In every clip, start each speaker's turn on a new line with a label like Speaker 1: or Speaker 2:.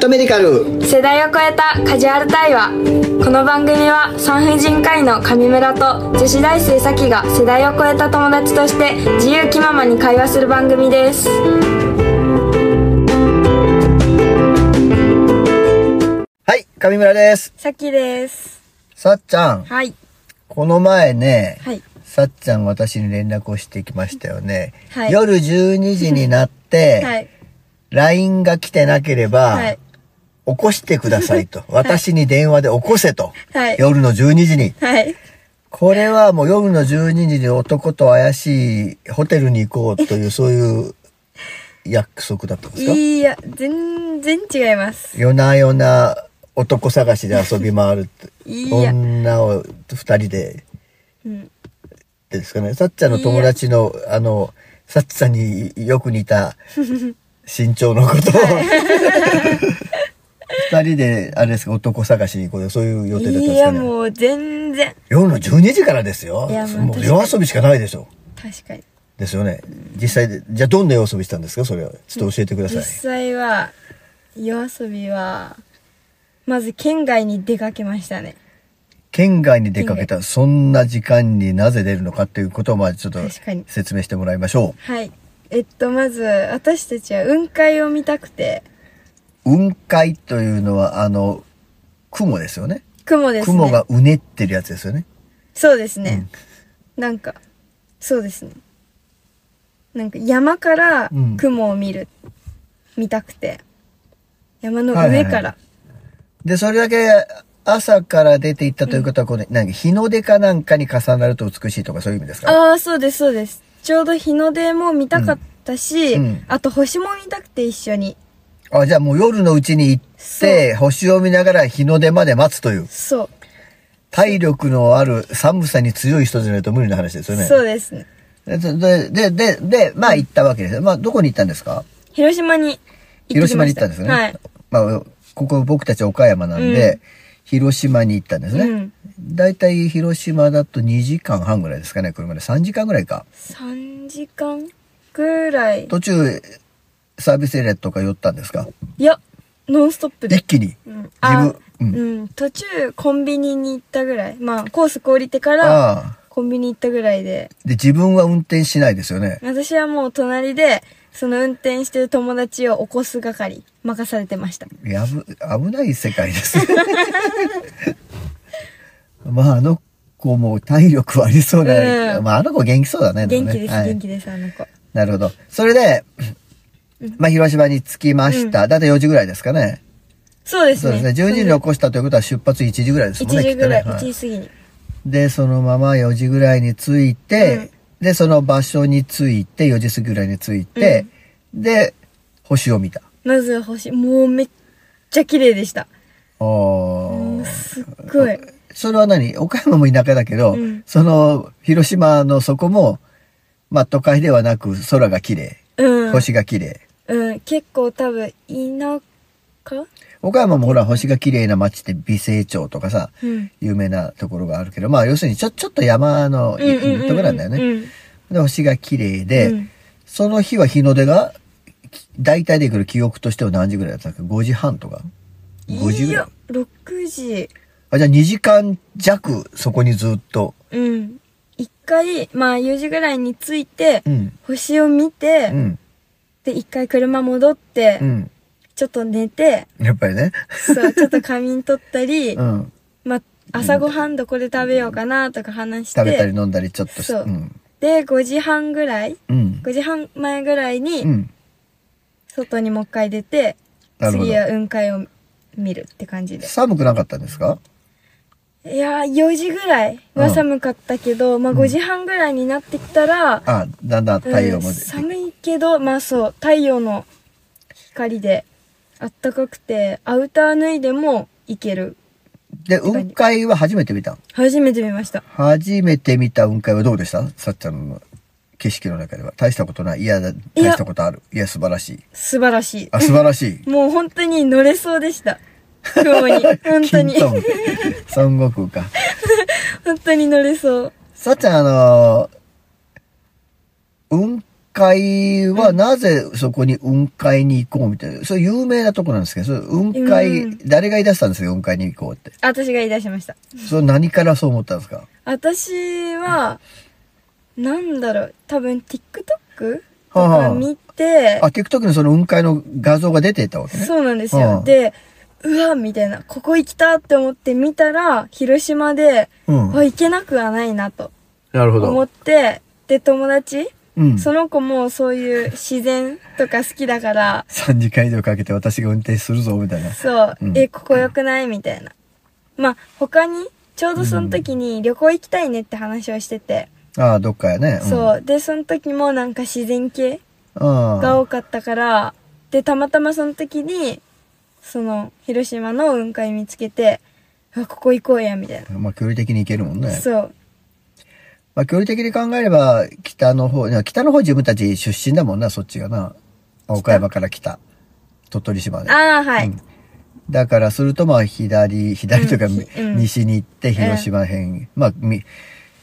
Speaker 1: トメディカル
Speaker 2: 世代を超えたカジュアル対話この番組は産婦人科医の上村と女子大生咲が世代を超えた友達として自由気ままに会話する番組です
Speaker 1: はい上村です
Speaker 2: 咲です
Speaker 1: さっちゃん
Speaker 2: はい
Speaker 1: この前ね、
Speaker 2: はい
Speaker 1: さっちゃん私に連絡をしてきましたよね、
Speaker 2: はい
Speaker 1: 夜12時になって、
Speaker 2: はい、
Speaker 1: LINE が来てなければ、
Speaker 2: はい
Speaker 1: 起こしてくださいと。私に電話で起こせと。
Speaker 2: はい
Speaker 1: 夜の12時に。
Speaker 2: はい
Speaker 1: これはもう夜の12時に男と怪しいホテルに行こうという、そういう約束だったんですか
Speaker 2: いや全然違います
Speaker 1: 夜な夜な男探しで遊び回るって。
Speaker 2: いや
Speaker 1: 女を二人で。
Speaker 2: うん
Speaker 1: ですかね。さっちゃんの友達の、あの、さっちゃんによく似 た身長のことを、 二人で、あれですか、男探しに行こうよ。そういう予定だったん
Speaker 2: い
Speaker 1: です
Speaker 2: や
Speaker 1: かね。
Speaker 2: もう全然
Speaker 1: 夜の12時からですよ。
Speaker 2: いやまあ
Speaker 1: もう
Speaker 2: 確か
Speaker 1: 夜遊びしかないでしょ。
Speaker 2: 確かに
Speaker 1: ですよね。実際で、じゃあどんな夜遊びしたんですかそれは。ちょっと教えてくださ
Speaker 2: 実
Speaker 1: い。
Speaker 2: 際は夜遊びはまず県外に出かけましたね
Speaker 1: 県外に出かけた、そんな時間になぜ出るのかっていうことを、まあちょっと
Speaker 2: 確かに
Speaker 1: 説明してもらいましょ
Speaker 2: はいえっとまず私たちは雲海を見たくて
Speaker 1: う。雲海というのは、あの、雲ですよね。
Speaker 2: 雲ですね
Speaker 1: 雲がうねってるやつですよね。
Speaker 2: そうですね、なんかそうですねなんか山から
Speaker 1: うん
Speaker 2: 雲を見る、見たくて山の
Speaker 1: はいはい
Speaker 2: 上
Speaker 1: はい
Speaker 2: から、
Speaker 1: で、それだけ朝から出て行ったということは、この、なんか日の出かなんかに重なると美しいとかそういう意味ですか
Speaker 2: ああそうですそうですちょうど日の出も見たかったし、
Speaker 1: うんうん
Speaker 2: あと星も見たくて一緒に
Speaker 1: あ、じゃあもう夜のうちに行って、星を見ながら日の出まで待つという、
Speaker 2: そう
Speaker 1: 体力のある寒さに強い人じゃないと無理な話ですよね。
Speaker 2: そうですね
Speaker 1: でで、で、で、で、まあ行ったわけですよ。まあどこに行ったんですか
Speaker 2: 広島に行って
Speaker 1: 広
Speaker 2: き
Speaker 1: 島
Speaker 2: ま
Speaker 1: に
Speaker 2: し
Speaker 1: 行ったたんですね。
Speaker 2: はい、
Speaker 1: まあ、ここ僕たち岡山なんで、
Speaker 2: う
Speaker 1: 広島に行ったんです
Speaker 2: う
Speaker 1: ね
Speaker 2: ん。
Speaker 1: だいたい広島だと2時間半ぐらいですかね、車で。3時間ぐらいか。
Speaker 2: 3時間ぐらい
Speaker 1: 途中、サービスエリアとか寄ったんですか
Speaker 2: いやノンストップで
Speaker 1: 一気に。
Speaker 2: うん、あ
Speaker 1: 自分
Speaker 2: うん途中コンビニに行ったぐらいまあコース降りてから
Speaker 1: ああ。
Speaker 2: コンビニ行ったぐらいで
Speaker 1: で、自分は運転しないですよね。
Speaker 2: 私はもう隣でその運転してる友達を起こす係任されてました
Speaker 1: やぶ、危ない世界で す。まあ、あの子も体力はありそうな、
Speaker 2: うん
Speaker 1: まあ、あの子元気そうだね。
Speaker 2: 元
Speaker 1: もね
Speaker 2: 気です、
Speaker 1: はい
Speaker 2: 元気ですあの子
Speaker 1: なるほど。それで、まあ、広島に着きました。だいたい4時ぐらいですかね。
Speaker 2: そうです
Speaker 1: そう
Speaker 2: ね
Speaker 1: ですね。12時に起こしたということは出発1時ぐらいです
Speaker 2: 1
Speaker 1: もんね、
Speaker 2: 時ぐらい、
Speaker 1: きっとね。はい
Speaker 2: 1時過ぎに
Speaker 1: で、そのまま4時ぐらいに着いて、で、その場所に着いて、4時過ぎぐらいに着いて、で、星を見た。
Speaker 2: まず星もうめっちゃ綺麗でした
Speaker 1: あ
Speaker 2: もう
Speaker 1: ー
Speaker 2: すっごい
Speaker 1: それは何岡山も田舎だけど、
Speaker 2: うん
Speaker 1: その、広島のそこも、まあ、都会ではなく、空が綺麗。
Speaker 2: うん、
Speaker 1: 星が綺麗。
Speaker 2: うん、結構多分田舎
Speaker 1: 岡山もほら、星が綺麗な街って美星町とかさ、
Speaker 2: うん
Speaker 1: 有名なところがあるけど、まあ、要するにちょ、ちょっと山のいいところなんだよね。
Speaker 2: うん
Speaker 1: で星が綺麗で、
Speaker 2: うん
Speaker 1: その日は日の出がき大体で来る記憶としては何時ぐらいだったのか5時半とか5時
Speaker 2: い
Speaker 1: ぐらい
Speaker 2: や6時
Speaker 1: あじゃあ2時間弱そこにずっと
Speaker 2: うん一回まあ4時ぐらいに着いて、
Speaker 1: うん
Speaker 2: 星を見て、
Speaker 1: うん
Speaker 2: で一回車戻って、
Speaker 1: うん
Speaker 2: ちょっと寝て
Speaker 1: やっぱりね
Speaker 2: そうちょっと仮眠取ったり、
Speaker 1: うん
Speaker 2: まあ朝ごはんどこで食べようかなとか話して
Speaker 1: 食べたり飲んだりちょっとし
Speaker 2: そう
Speaker 1: うん
Speaker 2: で5時半ぐらい
Speaker 1: うん
Speaker 2: 5時半前ぐらいに
Speaker 1: うん
Speaker 2: 外にもう一回出て、
Speaker 1: なるほど
Speaker 2: 次は雲海を見るって感じで
Speaker 1: 寒くなかったんですか
Speaker 2: いやー4時ぐらいは寒かったけど、まあ5時半ぐらいになってきたら、
Speaker 1: あだんだん太陽も
Speaker 2: うん
Speaker 1: 出て、
Speaker 2: 寒いけどまあそう太陽の光であったかくてアウター脱いでもいける
Speaker 1: で雲海は初めて見た
Speaker 2: 初めて見ました
Speaker 1: 初めて見た雲海はどうでしたさっちゃんの景色の中では大したことないいやだ大したことあるいや素晴らしい
Speaker 2: 素晴らし
Speaker 1: あ素晴らしい
Speaker 2: いもう本当に乗れそうでした 雲に 本当
Speaker 1: 金
Speaker 2: に
Speaker 1: トン孫悟空か。
Speaker 2: 本当に乗れそう
Speaker 1: さっちゃん、あのー、雲海はなぜそこに雲海に行こうみたいな。それ有名なとこなんですけど、それ雲
Speaker 2: う
Speaker 1: 海
Speaker 2: ん、
Speaker 1: 誰が言い出したんですか雲海に行こうって。
Speaker 2: 私が言い出しました。
Speaker 1: それ何からそう思ったんですか
Speaker 2: 私は、なんだろう、多分 TikTok? と
Speaker 1: はあはあ
Speaker 2: か見て
Speaker 1: あ、、TikTok のその雲海の画像が出ていたわけね。
Speaker 2: そうなんです
Speaker 1: はあ
Speaker 2: よ。で、うわ、みたいな、ここ行きたって思って見たら、広島で、
Speaker 1: うん。
Speaker 2: あ、行けなくはないなと
Speaker 1: なるほ
Speaker 2: 思
Speaker 1: ど。
Speaker 2: って、で、友達
Speaker 1: うん。
Speaker 2: その子もそういう自然とか好きだから、
Speaker 1: 3時間以上かけて私が運転するぞ、みたいな。
Speaker 2: そう
Speaker 1: う、ん
Speaker 2: え、ここ良くないみたいな。まあ、他に、ちょうどその時に旅行行きたいねって話をしてて、
Speaker 1: ああ、どっかやね。ん、
Speaker 2: そう。で、その時もなんか自然系が
Speaker 1: ああ。
Speaker 2: 多かったから、で、たまたまその時に、その、広島の雲海見つけて、あ、ここ行こうや、みたい
Speaker 1: まあ、距離的に行けるもんね
Speaker 2: な。。そう。
Speaker 1: まあ、距離的に考えれば、北の方、いや北の方自分たち出身だもんな、そっちがな。岡山から北。鳥取島で。
Speaker 2: ああ、はい。
Speaker 1: うんだからするとまあ左、左というか、
Speaker 2: うんひうん
Speaker 1: 西に行って広島辺、まあみ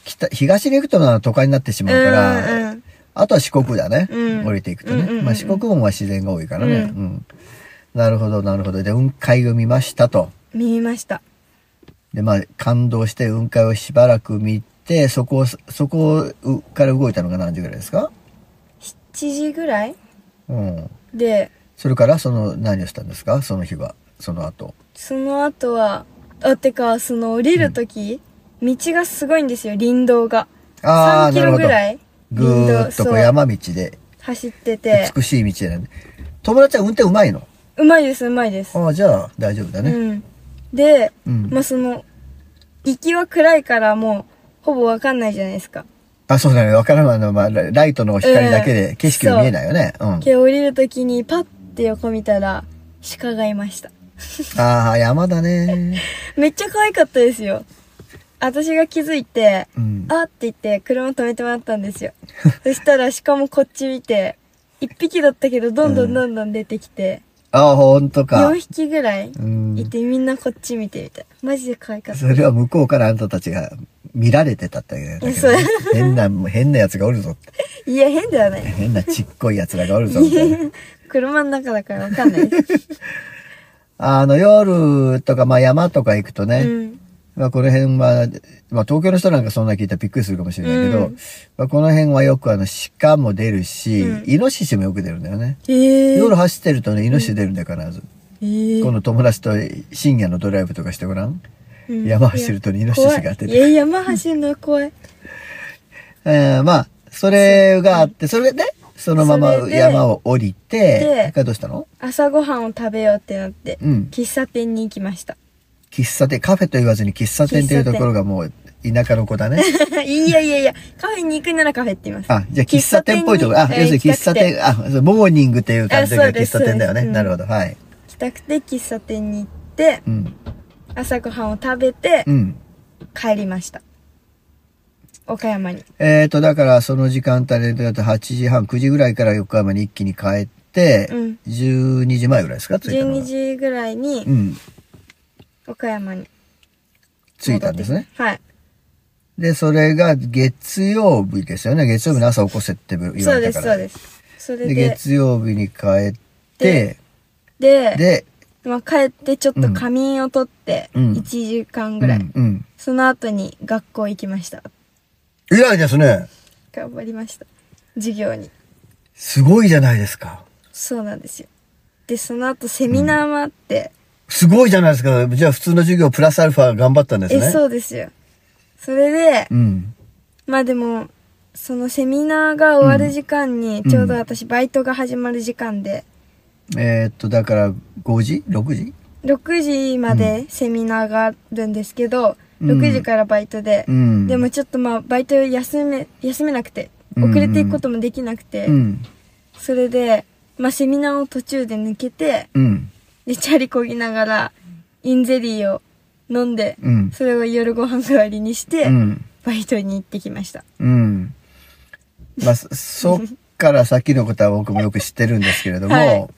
Speaker 1: 北、東に行くとまあ都会になってしまうから、
Speaker 2: うんうん
Speaker 1: あとは四国だね、
Speaker 2: うん
Speaker 1: 降りていくとね。
Speaker 2: うんうんうん
Speaker 1: まあ四国もまあ自然が多いからね。
Speaker 2: うん
Speaker 1: うんなるほど、なるほど。で、雲海を見ましたと。
Speaker 2: 見ました。
Speaker 1: で、まあ感動して雲海をしばらく見て、そこを、そこをうから動いたのが何時ぐらいですか
Speaker 2: 7時ぐらい
Speaker 1: うん。
Speaker 2: で、
Speaker 1: それからその何をしたんですかその日は、その後。
Speaker 2: その後は、あ、てか、その降りる時、道がすごいんですよ、林道が。
Speaker 1: ああ、
Speaker 2: 3キ
Speaker 1: なる
Speaker 2: ロ
Speaker 1: ほ
Speaker 2: ぐ
Speaker 1: ど。
Speaker 2: らい
Speaker 1: ぐーっとこう
Speaker 2: そう
Speaker 1: 山道で
Speaker 2: 走ってて。
Speaker 1: 美しい道なんで友達は運転うまいの
Speaker 2: うまいです、うまいです。
Speaker 1: ああじゃあ大丈夫だ
Speaker 2: う
Speaker 1: ね
Speaker 2: ん。で、
Speaker 1: うん、
Speaker 2: まあ、その、行きは暗いからもう、ほぼわかんないじゃないですか。
Speaker 1: あそうだねわからんあの、まあ、ラライトの光だけで景色が見えないよね、うん
Speaker 2: けど降りるときにパッて横見たら、鹿がいました。
Speaker 1: ああ山だ ね
Speaker 2: めっちゃ可愛かったですよ。私が気づいて、
Speaker 1: うん
Speaker 2: あって言って車止めてもらったんですよ。 そしたら鹿もこっち見て、一匹だったけどどんどんどんどん出てきて、
Speaker 1: ああほんとか
Speaker 2: 4匹ぐらいうい
Speaker 1: ん
Speaker 2: てみんなこっち見てみたいな。マジで可愛かった
Speaker 1: そ。れは向こうからあんたたちが見られてたってわけだよね
Speaker 2: そう
Speaker 1: 変な変なやつがおるぞって
Speaker 2: いや、変ではない。
Speaker 1: 変なちっこいやつらがおるぞみたいな
Speaker 2: 車の中だからわかんない です。
Speaker 1: あの夜とか、まあ、山とか行くとね、
Speaker 2: うん。
Speaker 1: まあ、この辺は、まあ、東京の人なんかそんな聞いたらびっくりするかもしれないけど、
Speaker 2: うん
Speaker 1: まあ、この辺はよくあの、鹿も出るし、
Speaker 2: うん
Speaker 1: イノシシもよく出るんだよね。
Speaker 2: ええ
Speaker 1: 夜走ってるとね、イノシシ出るんだよ、必ず。
Speaker 2: ええ
Speaker 1: 今度友達と深夜のドライブとかしてごらん。
Speaker 2: うん
Speaker 1: 山走るとイノシシが出て
Speaker 2: いや、山走るの怖い。
Speaker 1: えーまあ、それがあって、それで、そのまま
Speaker 2: それで
Speaker 1: 山を降りて、
Speaker 2: で
Speaker 1: 一回どうしたの
Speaker 2: 朝ごはんを食べようってなって、
Speaker 1: うん。
Speaker 2: 喫茶店に行きました。
Speaker 1: 喫茶店、カフェと言わずに喫茶店というところがもう、田舎の子だ ね。
Speaker 2: いやいやいや、カフェに行くならカフェって言います。
Speaker 1: あ、じゃあ喫茶店っぽいところ。あ、要するに喫茶
Speaker 2: 行
Speaker 1: 店、あ、そうモーニングっていう感じが
Speaker 2: あそうで
Speaker 1: 喫
Speaker 2: す
Speaker 1: 茶店だよね。
Speaker 2: そうです
Speaker 1: なるほど。はい。
Speaker 2: きたくて喫茶店に行って
Speaker 1: う、ん。
Speaker 2: 朝ごはんを食べて
Speaker 1: う、ん。
Speaker 2: 帰りました。岡山に。
Speaker 1: えっ、と、だからその時間帯で、だって8時半、9時ぐらいから横浜に一気に帰って、
Speaker 2: うん
Speaker 1: 12時前ぐらいですか着いたのが
Speaker 2: 12。時ぐらいに
Speaker 1: う、ん。
Speaker 2: 岡山に。
Speaker 1: 着いたんですね。。
Speaker 2: はい。
Speaker 1: で、それが月曜日ですよね。月曜日の朝起こせって言われたか
Speaker 2: そう
Speaker 1: ら。
Speaker 2: です、そうです。それ
Speaker 1: で
Speaker 2: で、
Speaker 1: 月曜日に帰って、
Speaker 2: で、
Speaker 1: で、
Speaker 2: まあ、帰ってちょっと仮眠をとって、
Speaker 1: うん
Speaker 2: 1時間ぐらい、
Speaker 1: うん。うん
Speaker 2: その後に学校行きました。
Speaker 1: 偉いですね。
Speaker 2: 頑張りました。授業に。
Speaker 1: すごいじゃないですか。
Speaker 2: そうなんですよ。で、その後セミナーもあって、
Speaker 1: すごいじゃないですか。じゃあ普通の授業プラスアルファ頑張ったんですね。
Speaker 2: え、そうですよ。それで、
Speaker 1: うん。
Speaker 2: まあでも、そのセミナーが終わる時間に、
Speaker 1: うん
Speaker 2: ちょうど私バイトが始まる時間で、
Speaker 1: えーっと、だから5時 ?6 時
Speaker 2: 6時までセミナーがあるんですけ
Speaker 1: う
Speaker 2: ど、
Speaker 1: ん
Speaker 2: 6時からバイトで
Speaker 1: う、ん。
Speaker 2: でも、ちょっとまあバイト休め、休めなくて、
Speaker 1: うん
Speaker 2: 遅れていくこともできなくて、
Speaker 1: うん。
Speaker 2: それで、まあセミナーを途中で抜けて、
Speaker 1: うん。
Speaker 2: で、チャリこぎながら、インゼリーを飲んで、
Speaker 1: うん
Speaker 2: それを夜ご飯代わりにして、
Speaker 1: うん。
Speaker 2: バイトに行ってきました。
Speaker 1: うん。まあ、そ そっから先のことは僕もよく知ってるんですけれども、
Speaker 2: はい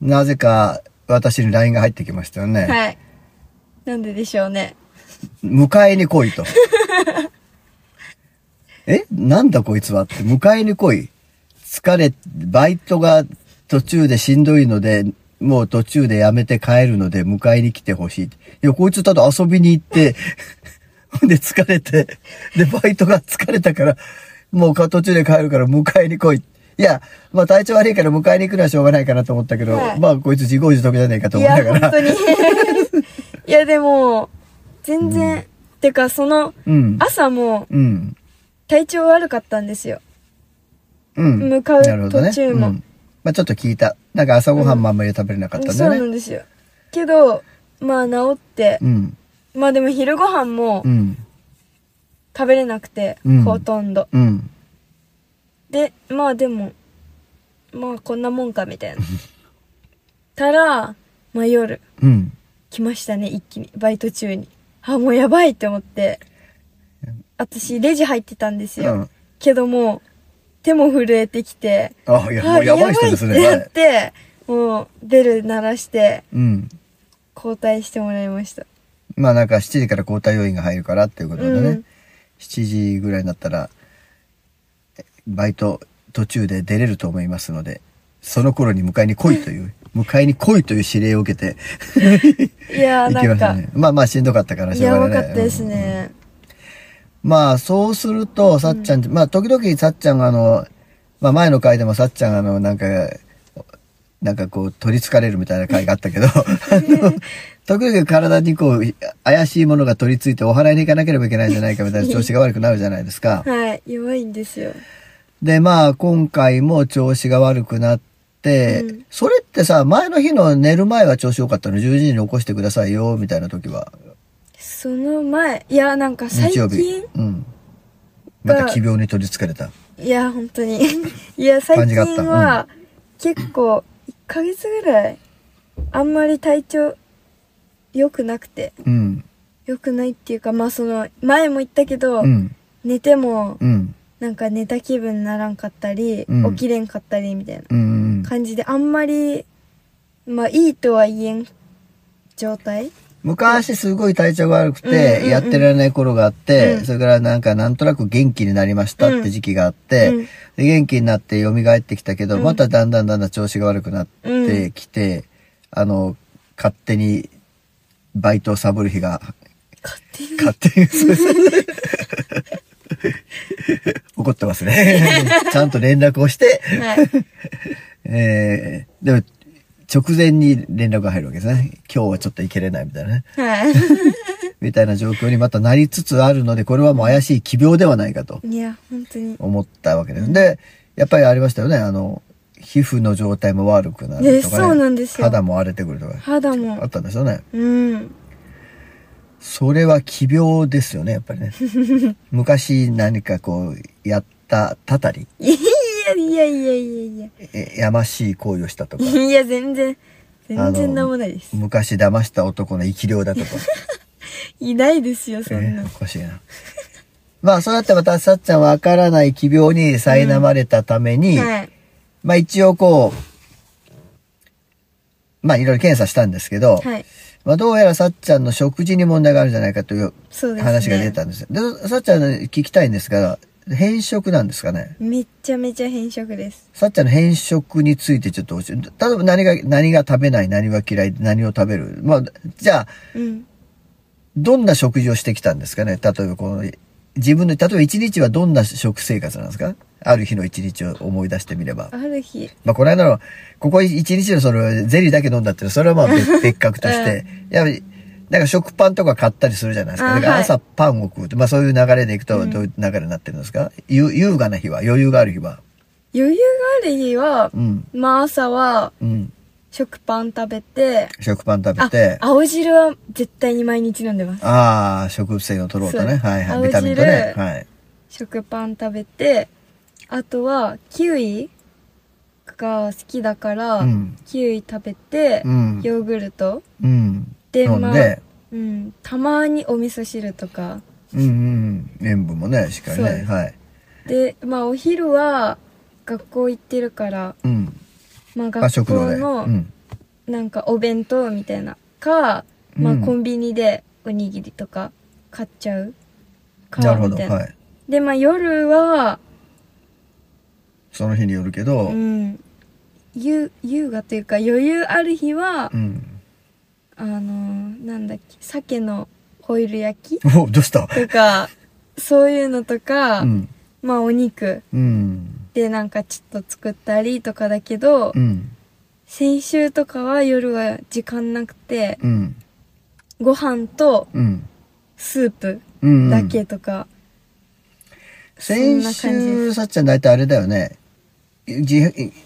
Speaker 1: なぜか私に LINE が入ってきましたよね。
Speaker 2: はい。なんででしょうね。
Speaker 1: 迎えに来い と。えなんだこいつはって、迎えに来い。疲れ、バイトが途中でしんどいので、もう途中でやめて帰るので迎えに来てほしい。いや、こいつただ遊びに行って、 ほんで疲れて、で、バイトが疲れたから、もうか途中で帰るから迎えに来い。いや、まあ体調悪いから迎えに行くのはしょうがないかなと思ったけど、
Speaker 2: はい
Speaker 1: まあこいつ自業自得じゃねえかと
Speaker 2: い
Speaker 1: 思いな
Speaker 2: や、
Speaker 1: が
Speaker 2: 本
Speaker 1: ら
Speaker 2: 当。に。 いや、でも、全然、てか、その、
Speaker 1: うん。
Speaker 2: 朝も
Speaker 1: うん。
Speaker 2: 体調悪かったんですよ。
Speaker 1: うん。
Speaker 2: 向かう
Speaker 1: なるほどね
Speaker 2: 途中も
Speaker 1: うんまあちょっと聞いた。なんか朝ごはんもあんまり食べれなかったんだ
Speaker 2: そう
Speaker 1: よ
Speaker 2: な
Speaker 1: ね。
Speaker 2: んですよ。けど、まあ、治って、
Speaker 1: うん。
Speaker 2: まあでも昼ご飯も
Speaker 1: うん。
Speaker 2: 食べれなくて、
Speaker 1: うん
Speaker 2: ほとんど。
Speaker 1: うん。
Speaker 2: で、まあでも、まあこんなもんか、みたいな。たら、まあ夜、
Speaker 1: うん。
Speaker 2: 来ましたね、一気に。バイト中に。あ、もうやばいって思って。私、レジ入ってたんです
Speaker 1: う
Speaker 2: よ。
Speaker 1: ん。
Speaker 2: けどもう、手も震えてきて、
Speaker 1: あ、いや、も
Speaker 2: あ
Speaker 1: うやばい人ですね。
Speaker 2: や
Speaker 1: は
Speaker 2: ばいっ
Speaker 1: い
Speaker 2: てなって、もう、ベル鳴らして、
Speaker 1: うん。
Speaker 2: 交代してもらいました。
Speaker 1: まあなんか7時から交代要員が入るからっていうことでね、
Speaker 2: うん
Speaker 1: 7時ぐらいになったら、えバイト途中で出れると思いますので、その頃に迎えに来いという、迎えに来いという指令を受けて
Speaker 2: いや
Speaker 1: 行
Speaker 2: ー、
Speaker 1: き
Speaker 2: な
Speaker 1: ま
Speaker 2: ん
Speaker 1: し
Speaker 2: か、
Speaker 1: たね。まあまあしんどかったからしょう
Speaker 2: や
Speaker 1: がな
Speaker 2: ば
Speaker 1: い、
Speaker 2: かったです
Speaker 1: うん
Speaker 2: ね。
Speaker 1: まあそうすると、さっちゃん、まあ時々さっちゃんがあの、まあ前の回でもさっちゃんあの、なんか、なんかこう取り憑かれるみたいな回があったけど、あの 時々体にこう怪しいものが取り付いてお祓いに行かなければいけないんじゃないかみたいな調子が悪くなるじゃないですか。
Speaker 2: はい、弱いんですよ。
Speaker 1: でまあ今回も調子が悪くなって、
Speaker 2: うん
Speaker 1: それってさ、前の日の寝る前は調子良かったの ?10 時に起こしてくださいよ、みたいな時は。
Speaker 2: その前、いや、なんか最
Speaker 1: 日曜日
Speaker 2: 近、。
Speaker 1: うん。また奇病に取り憑かれた。
Speaker 2: いや、本当に。 いや、最
Speaker 1: 感じがあった
Speaker 2: 近は、結構、1ヶ月ぐらい、あんまり体調、良くなくて、
Speaker 1: うん。
Speaker 2: 良くないっていうか、まあその、前も言ったけど、
Speaker 1: うん。
Speaker 2: 寝ても、
Speaker 1: うん。
Speaker 2: なんか寝た気分にならんかったり、
Speaker 1: うん
Speaker 2: 起きれんかったりみたいな
Speaker 1: うんうん
Speaker 2: 感じで、あんまり、まあいいとは言えん状態
Speaker 1: 昔すごい体調が悪く
Speaker 2: うんうんう
Speaker 1: て
Speaker 2: ん
Speaker 1: やってられない頃があって、
Speaker 2: うん
Speaker 1: それからなんかなんとなく元気になりましたって時期があって、
Speaker 2: うん
Speaker 1: で元気になって蘇ってきたけど、
Speaker 2: うん
Speaker 1: まただんだんだんだん調子が悪くなってきて、あの勝手にバイトをサボる日が
Speaker 2: 勝手に。
Speaker 1: 勝手にそうそう怒ってます ねちゃんと連絡をして、
Speaker 2: はい。
Speaker 1: えー、でも直前に連絡が入るわけですね今日はちょっと行けれないみたいなね
Speaker 2: は
Speaker 1: みたいな状況にまたなりつつあるので、これはもう怪しい奇病ではないかと
Speaker 2: い。いや、本当に。
Speaker 1: 思ったわけです。で、やっぱりありましたよね。あの、皮膚の状態も悪くなるとか、ね。
Speaker 2: ねそうなんですよ
Speaker 1: 肌も荒れてくるとか。
Speaker 2: 肌
Speaker 1: あ
Speaker 2: も
Speaker 1: っ。たんですよね。
Speaker 2: うん。
Speaker 1: それは奇病ですよね、やっぱり ね。昔何かこう、やったたたり、
Speaker 2: いやいやいやいやい
Speaker 1: えやましい行為をしたとか
Speaker 2: や。、 いや、全然、全然なんもないです。
Speaker 1: 昔騙した男の生き量だとか。
Speaker 2: いないですよ、そん
Speaker 1: え
Speaker 2: な
Speaker 1: ーお。かしいな。まあ、そうやってまた、さっちゃんはわからない奇病に苛まれたために、
Speaker 2: はい。
Speaker 1: まあ一応こう、まあいろいろ検査したんですけど、
Speaker 2: はい。
Speaker 1: まあどうやらさっちゃんの食事に問題があるんじゃないかという
Speaker 2: そうですね。
Speaker 1: 話が出たんですよ。でさっちゃんの聞きたいんですが、変色なんですかね
Speaker 2: めっちゃめちゃ偏食です。
Speaker 1: さっちゃんの変色についてちょっと教えて、例えば何が、何が食べない、何は嫌い、何を食べる。まあ、じゃあ、
Speaker 2: うん。
Speaker 1: どんな食事をしてきたんですかね例えばこの、自分の、例えば一日はどんな食生活なんですかある日の一日を思い出してみれば。
Speaker 2: ある日、
Speaker 1: まあ、この間の、ここ一日のその、ゼリーだけ飲んだっていうのは、それは まあ別別格として、やっぱり、なんか食パンとか買ったりするじゃないですか。
Speaker 2: あ
Speaker 1: だから
Speaker 2: はい
Speaker 1: 朝パンを食うと、まあそういう流れでいくと、どういう流れになってるんですか、ゆ優雅な日は、余裕がある日は。
Speaker 2: 余裕がある日は
Speaker 1: う、ん。
Speaker 2: まあ朝は
Speaker 1: うん。
Speaker 2: 食パン食べて、
Speaker 1: 食パン食べ
Speaker 2: あ
Speaker 1: て、、あ
Speaker 2: 青汁は絶対に毎日飲んでます。
Speaker 1: あー、植物性を取ろうとね。
Speaker 2: そう
Speaker 1: はいはい。
Speaker 2: 青汁
Speaker 1: ビタミンとね。はい。
Speaker 2: 食パン食べて、あとは、キウイが好きだから、
Speaker 1: うん
Speaker 2: キウイ食べて、
Speaker 1: うん
Speaker 2: ヨーグルト。
Speaker 1: うん。
Speaker 2: で、
Speaker 1: 飲ん
Speaker 2: まあ
Speaker 1: で、、
Speaker 2: うん、たまにお味噌汁とか。
Speaker 1: うんうんうん。塩分もね、しっかり
Speaker 2: そうで
Speaker 1: ね。
Speaker 2: す
Speaker 1: はい。
Speaker 2: で、まあお昼は、学校行ってるから、
Speaker 1: うん。ま
Speaker 2: まあ
Speaker 1: あ
Speaker 2: 学
Speaker 1: 食
Speaker 2: 校
Speaker 1: 堂で。う
Speaker 2: の、
Speaker 1: ん。
Speaker 2: なんかお弁当みたいな。か、まあ
Speaker 1: うん
Speaker 2: コンビニでおにぎりとか買っちゃう。か
Speaker 1: なるほど。
Speaker 2: みたいな
Speaker 1: はい。
Speaker 2: で、まあ夜は、
Speaker 1: その日によるけど、
Speaker 2: うん優優雅というか余裕ある日は、
Speaker 1: うん。
Speaker 2: あのーなんだっけ鮭のホイル焼き
Speaker 1: お、どうした
Speaker 2: とかそういうのとか、
Speaker 1: うん。
Speaker 2: まあお肉
Speaker 1: うん。
Speaker 2: でなんかちょっと作ったりとかだけど、
Speaker 1: うん。
Speaker 2: 先週とかは夜は時間なくて
Speaker 1: うん。
Speaker 2: ご飯と
Speaker 1: うん。
Speaker 2: スープ
Speaker 1: うん。
Speaker 2: だけとか、
Speaker 1: 先
Speaker 2: そんな感じで
Speaker 1: 週、さっちゃん大体あれだよね。じ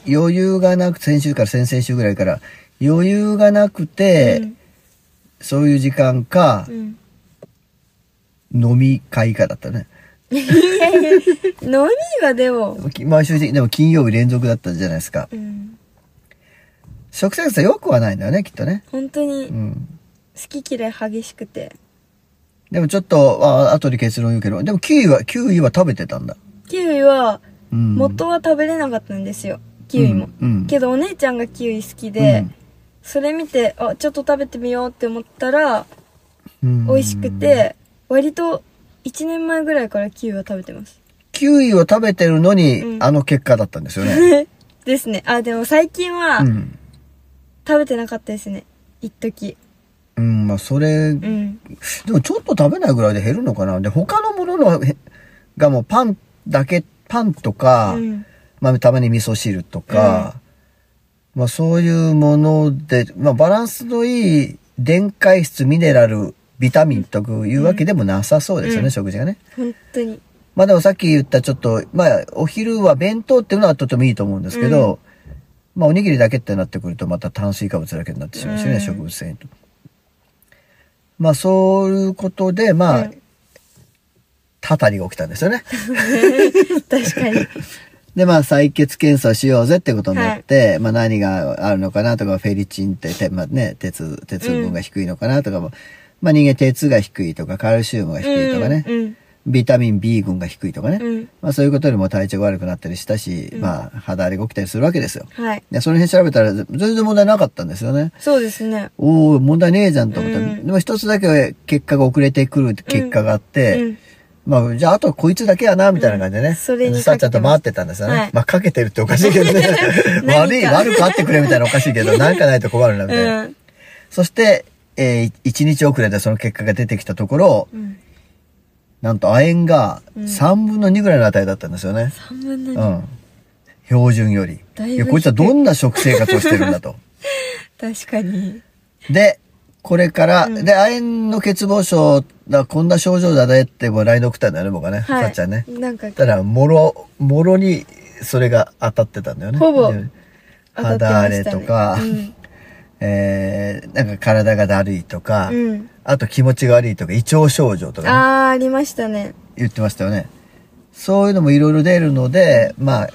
Speaker 1: 余裕がなく、先週から先々週ぐらいから、余裕がなくて、そういう時間か
Speaker 2: う、ん、
Speaker 1: 飲み会かだったね。
Speaker 2: うん、飲みはでも、
Speaker 1: き毎週で、でも金曜日連続だったじゃないですか。
Speaker 2: うん、
Speaker 1: 食生活は良くはないんだよね、きっとね。
Speaker 2: 本当
Speaker 1: う
Speaker 2: に
Speaker 1: ん。
Speaker 2: 好き嫌い激しくて
Speaker 1: でもちょっと、あ後で結論言うけど、でもキウイは、キウイは食べてたんだ。
Speaker 2: キウイは
Speaker 1: うん。
Speaker 2: 元は食べれなかったんですよキウイも、
Speaker 1: うんうん
Speaker 2: けどお姉ちゃんがキウイ好きで、
Speaker 1: うん
Speaker 2: それ見てあちょっと食べてみようって思ったら
Speaker 1: うん
Speaker 2: 美味しく。て割と1年前ぐらいからキウイは食べてます
Speaker 1: キウイを食べてるのに、
Speaker 2: うん
Speaker 1: あの結果だったんですよ ね。
Speaker 2: ですねあでも最近は
Speaker 1: うん。
Speaker 2: 食べてなかったですね一時
Speaker 1: うん、まあそれ
Speaker 2: うん
Speaker 1: でもちょっと食べないぐらいで減るのかな。で、他のもののへがもうパンだけ、パンとか、
Speaker 2: うん
Speaker 1: まあたまに味噌汁とか、まあそういうもので、まあバランスのいい電解質、ミネラル、ビタミンというわけでもなさそうですよね、
Speaker 2: うん
Speaker 1: 食事がね。
Speaker 2: 本当に
Speaker 1: まあでもさっき言ったちょっと、まあお昼は弁当っていうのはとてもいいと思うんですけど、まあおにぎりだけってなってくるとまた炭水化物だけになってしまうしね、
Speaker 2: うん
Speaker 1: 植物繊維と。まあそういうことで、まあ、
Speaker 2: うん
Speaker 1: たたりが起きたんですよね。
Speaker 2: 確か に
Speaker 1: で、まあ、採血検査しようぜってことになって、まあ、何があるのかなとか、フェリチンって、てまあね、鉄、鉄分が低いのかなとかも、まあ、人間鉄が低いとか、カルシウムが低いとかね、
Speaker 2: うん
Speaker 1: ビタミン B 群が低いとかね、
Speaker 2: うん、うん、
Speaker 1: まあ、そういうことでも体調が悪くなったりしたし、まあ、肌荒れが起きたりするわけですよ。
Speaker 2: はい
Speaker 1: で、その辺調べたら、全然問題なかったんですよね。
Speaker 2: そうですね
Speaker 1: おお問題ねえじゃんと思った、
Speaker 2: うん
Speaker 1: でも一つだけ結果が遅れてくる結果があって、
Speaker 2: うん
Speaker 1: まあ、じゃあ、あとこいつだけやな、みたいな感じでね。
Speaker 2: うんそれに
Speaker 1: さっちゃんと回ってたんですよね。
Speaker 2: はい。
Speaker 1: まあ、かけてるっておかしいけどね悪い、
Speaker 2: 何か
Speaker 1: 悪くあってくれみたいなのおかしいけ ど、なんかないと困るな、みたいな。
Speaker 2: うん
Speaker 1: そして、えー、1日遅れでその結果が出てきたところ、
Speaker 2: うん
Speaker 1: なんと亜鉛が
Speaker 2: うん
Speaker 1: 3分の2ぐらいの値だったんですよね。
Speaker 2: 3分の
Speaker 1: う
Speaker 2: 2
Speaker 1: ん。標準より。
Speaker 2: だいぶ低い
Speaker 1: いや、こいつはどんな食生活をしてるんだ と。
Speaker 2: 確かに
Speaker 1: で、これから、
Speaker 2: うん
Speaker 1: で、亜鉛の欠乏症だ、こんな症状だねって、もう LINE 送ったんだよね、僕はね。
Speaker 2: はい
Speaker 1: さっちゃんね。
Speaker 2: なんか
Speaker 1: たら、もろ、もろに、それが当たってたんだよね。
Speaker 2: ほぼ
Speaker 1: で
Speaker 2: 当たって
Speaker 1: 肌荒れ
Speaker 2: ました
Speaker 1: と
Speaker 2: ね
Speaker 1: か、えー、なんか体がだるいとか、
Speaker 2: うん、うん、
Speaker 1: あと気持ちが悪いとか、胃腸症状とか、ね、
Speaker 2: ああーありましたね
Speaker 1: 言ってましたよね。そういうのもいろいろ出るので、まあ、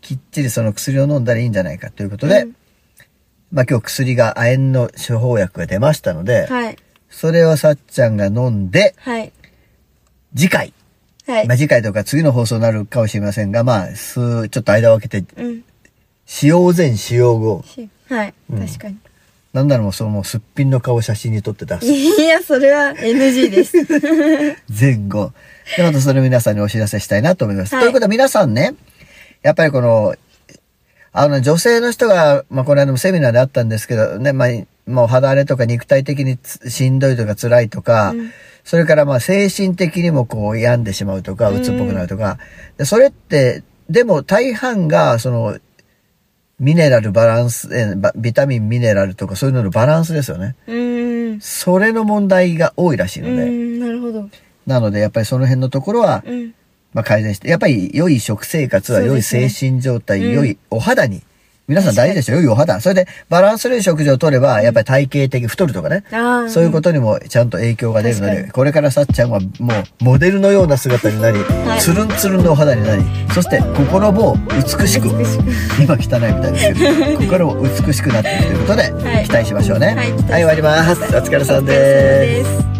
Speaker 1: きっちりその薬を飲んだらいいんじゃないかということで、
Speaker 2: うん
Speaker 1: まあ今日薬が亜鉛の処方薬が出ましたので、
Speaker 2: はい
Speaker 1: それをさっちゃんが飲んで、
Speaker 2: はい
Speaker 1: 次回、
Speaker 2: はい
Speaker 1: まあ次回とか次の放送になるかもしれませんが、まあ、すちょっと間を空けて
Speaker 2: うん
Speaker 1: 使用前使用後
Speaker 2: しはい、
Speaker 1: うん
Speaker 2: 確かに
Speaker 1: なんならもうそのもうすっぴんの顔を写真に撮って出す
Speaker 2: いやそれは NG です
Speaker 1: 前後でまたそれを皆さんにお知らせしたいなと思います、
Speaker 2: はい
Speaker 1: ということは皆さんねやっぱりこのあの女性の人が、まあ、この間もセミナーであったんですけどね、まあ、もう肌荒れとか肉体的につしんどいとか辛いとか、
Speaker 2: うん
Speaker 1: それからまあ精神的にもこう病んでしまうとか
Speaker 2: うん
Speaker 1: うつっぽくなるとか、でそれってでも大半がそのミネラルバランスえーばビタミンミネラルとかそういうののバランスですよね。
Speaker 2: うーん
Speaker 1: それの問題が多いらしいうので、
Speaker 2: ーんなるほど
Speaker 1: なのでやっぱりその辺のところは、
Speaker 2: うん
Speaker 1: まあ、改善してやっぱり良い食生活は
Speaker 2: そう
Speaker 1: 良
Speaker 2: で
Speaker 1: い
Speaker 2: すね
Speaker 1: 精神状態、
Speaker 2: うん
Speaker 1: 良いお肌に皆さん大事でしょ良いお肌それでバランスの良い食事をとればやっぱり体型的太るとかね、
Speaker 2: ああ
Speaker 1: そういうことにもちゃんと影響が出るの
Speaker 2: 確か
Speaker 1: で
Speaker 2: に
Speaker 1: これからさっちゃんはもうモデルのような姿になり、
Speaker 2: い
Speaker 1: つるんつるんのお肌になりそして心も美しく
Speaker 2: 美しく
Speaker 1: 今汚いみたいですけ ど心も美しくなっていくということで、
Speaker 2: はい
Speaker 1: 期待しましょうね
Speaker 2: はい期待し
Speaker 1: 終わりますお疲れさん
Speaker 2: お疲れ様
Speaker 1: です
Speaker 2: です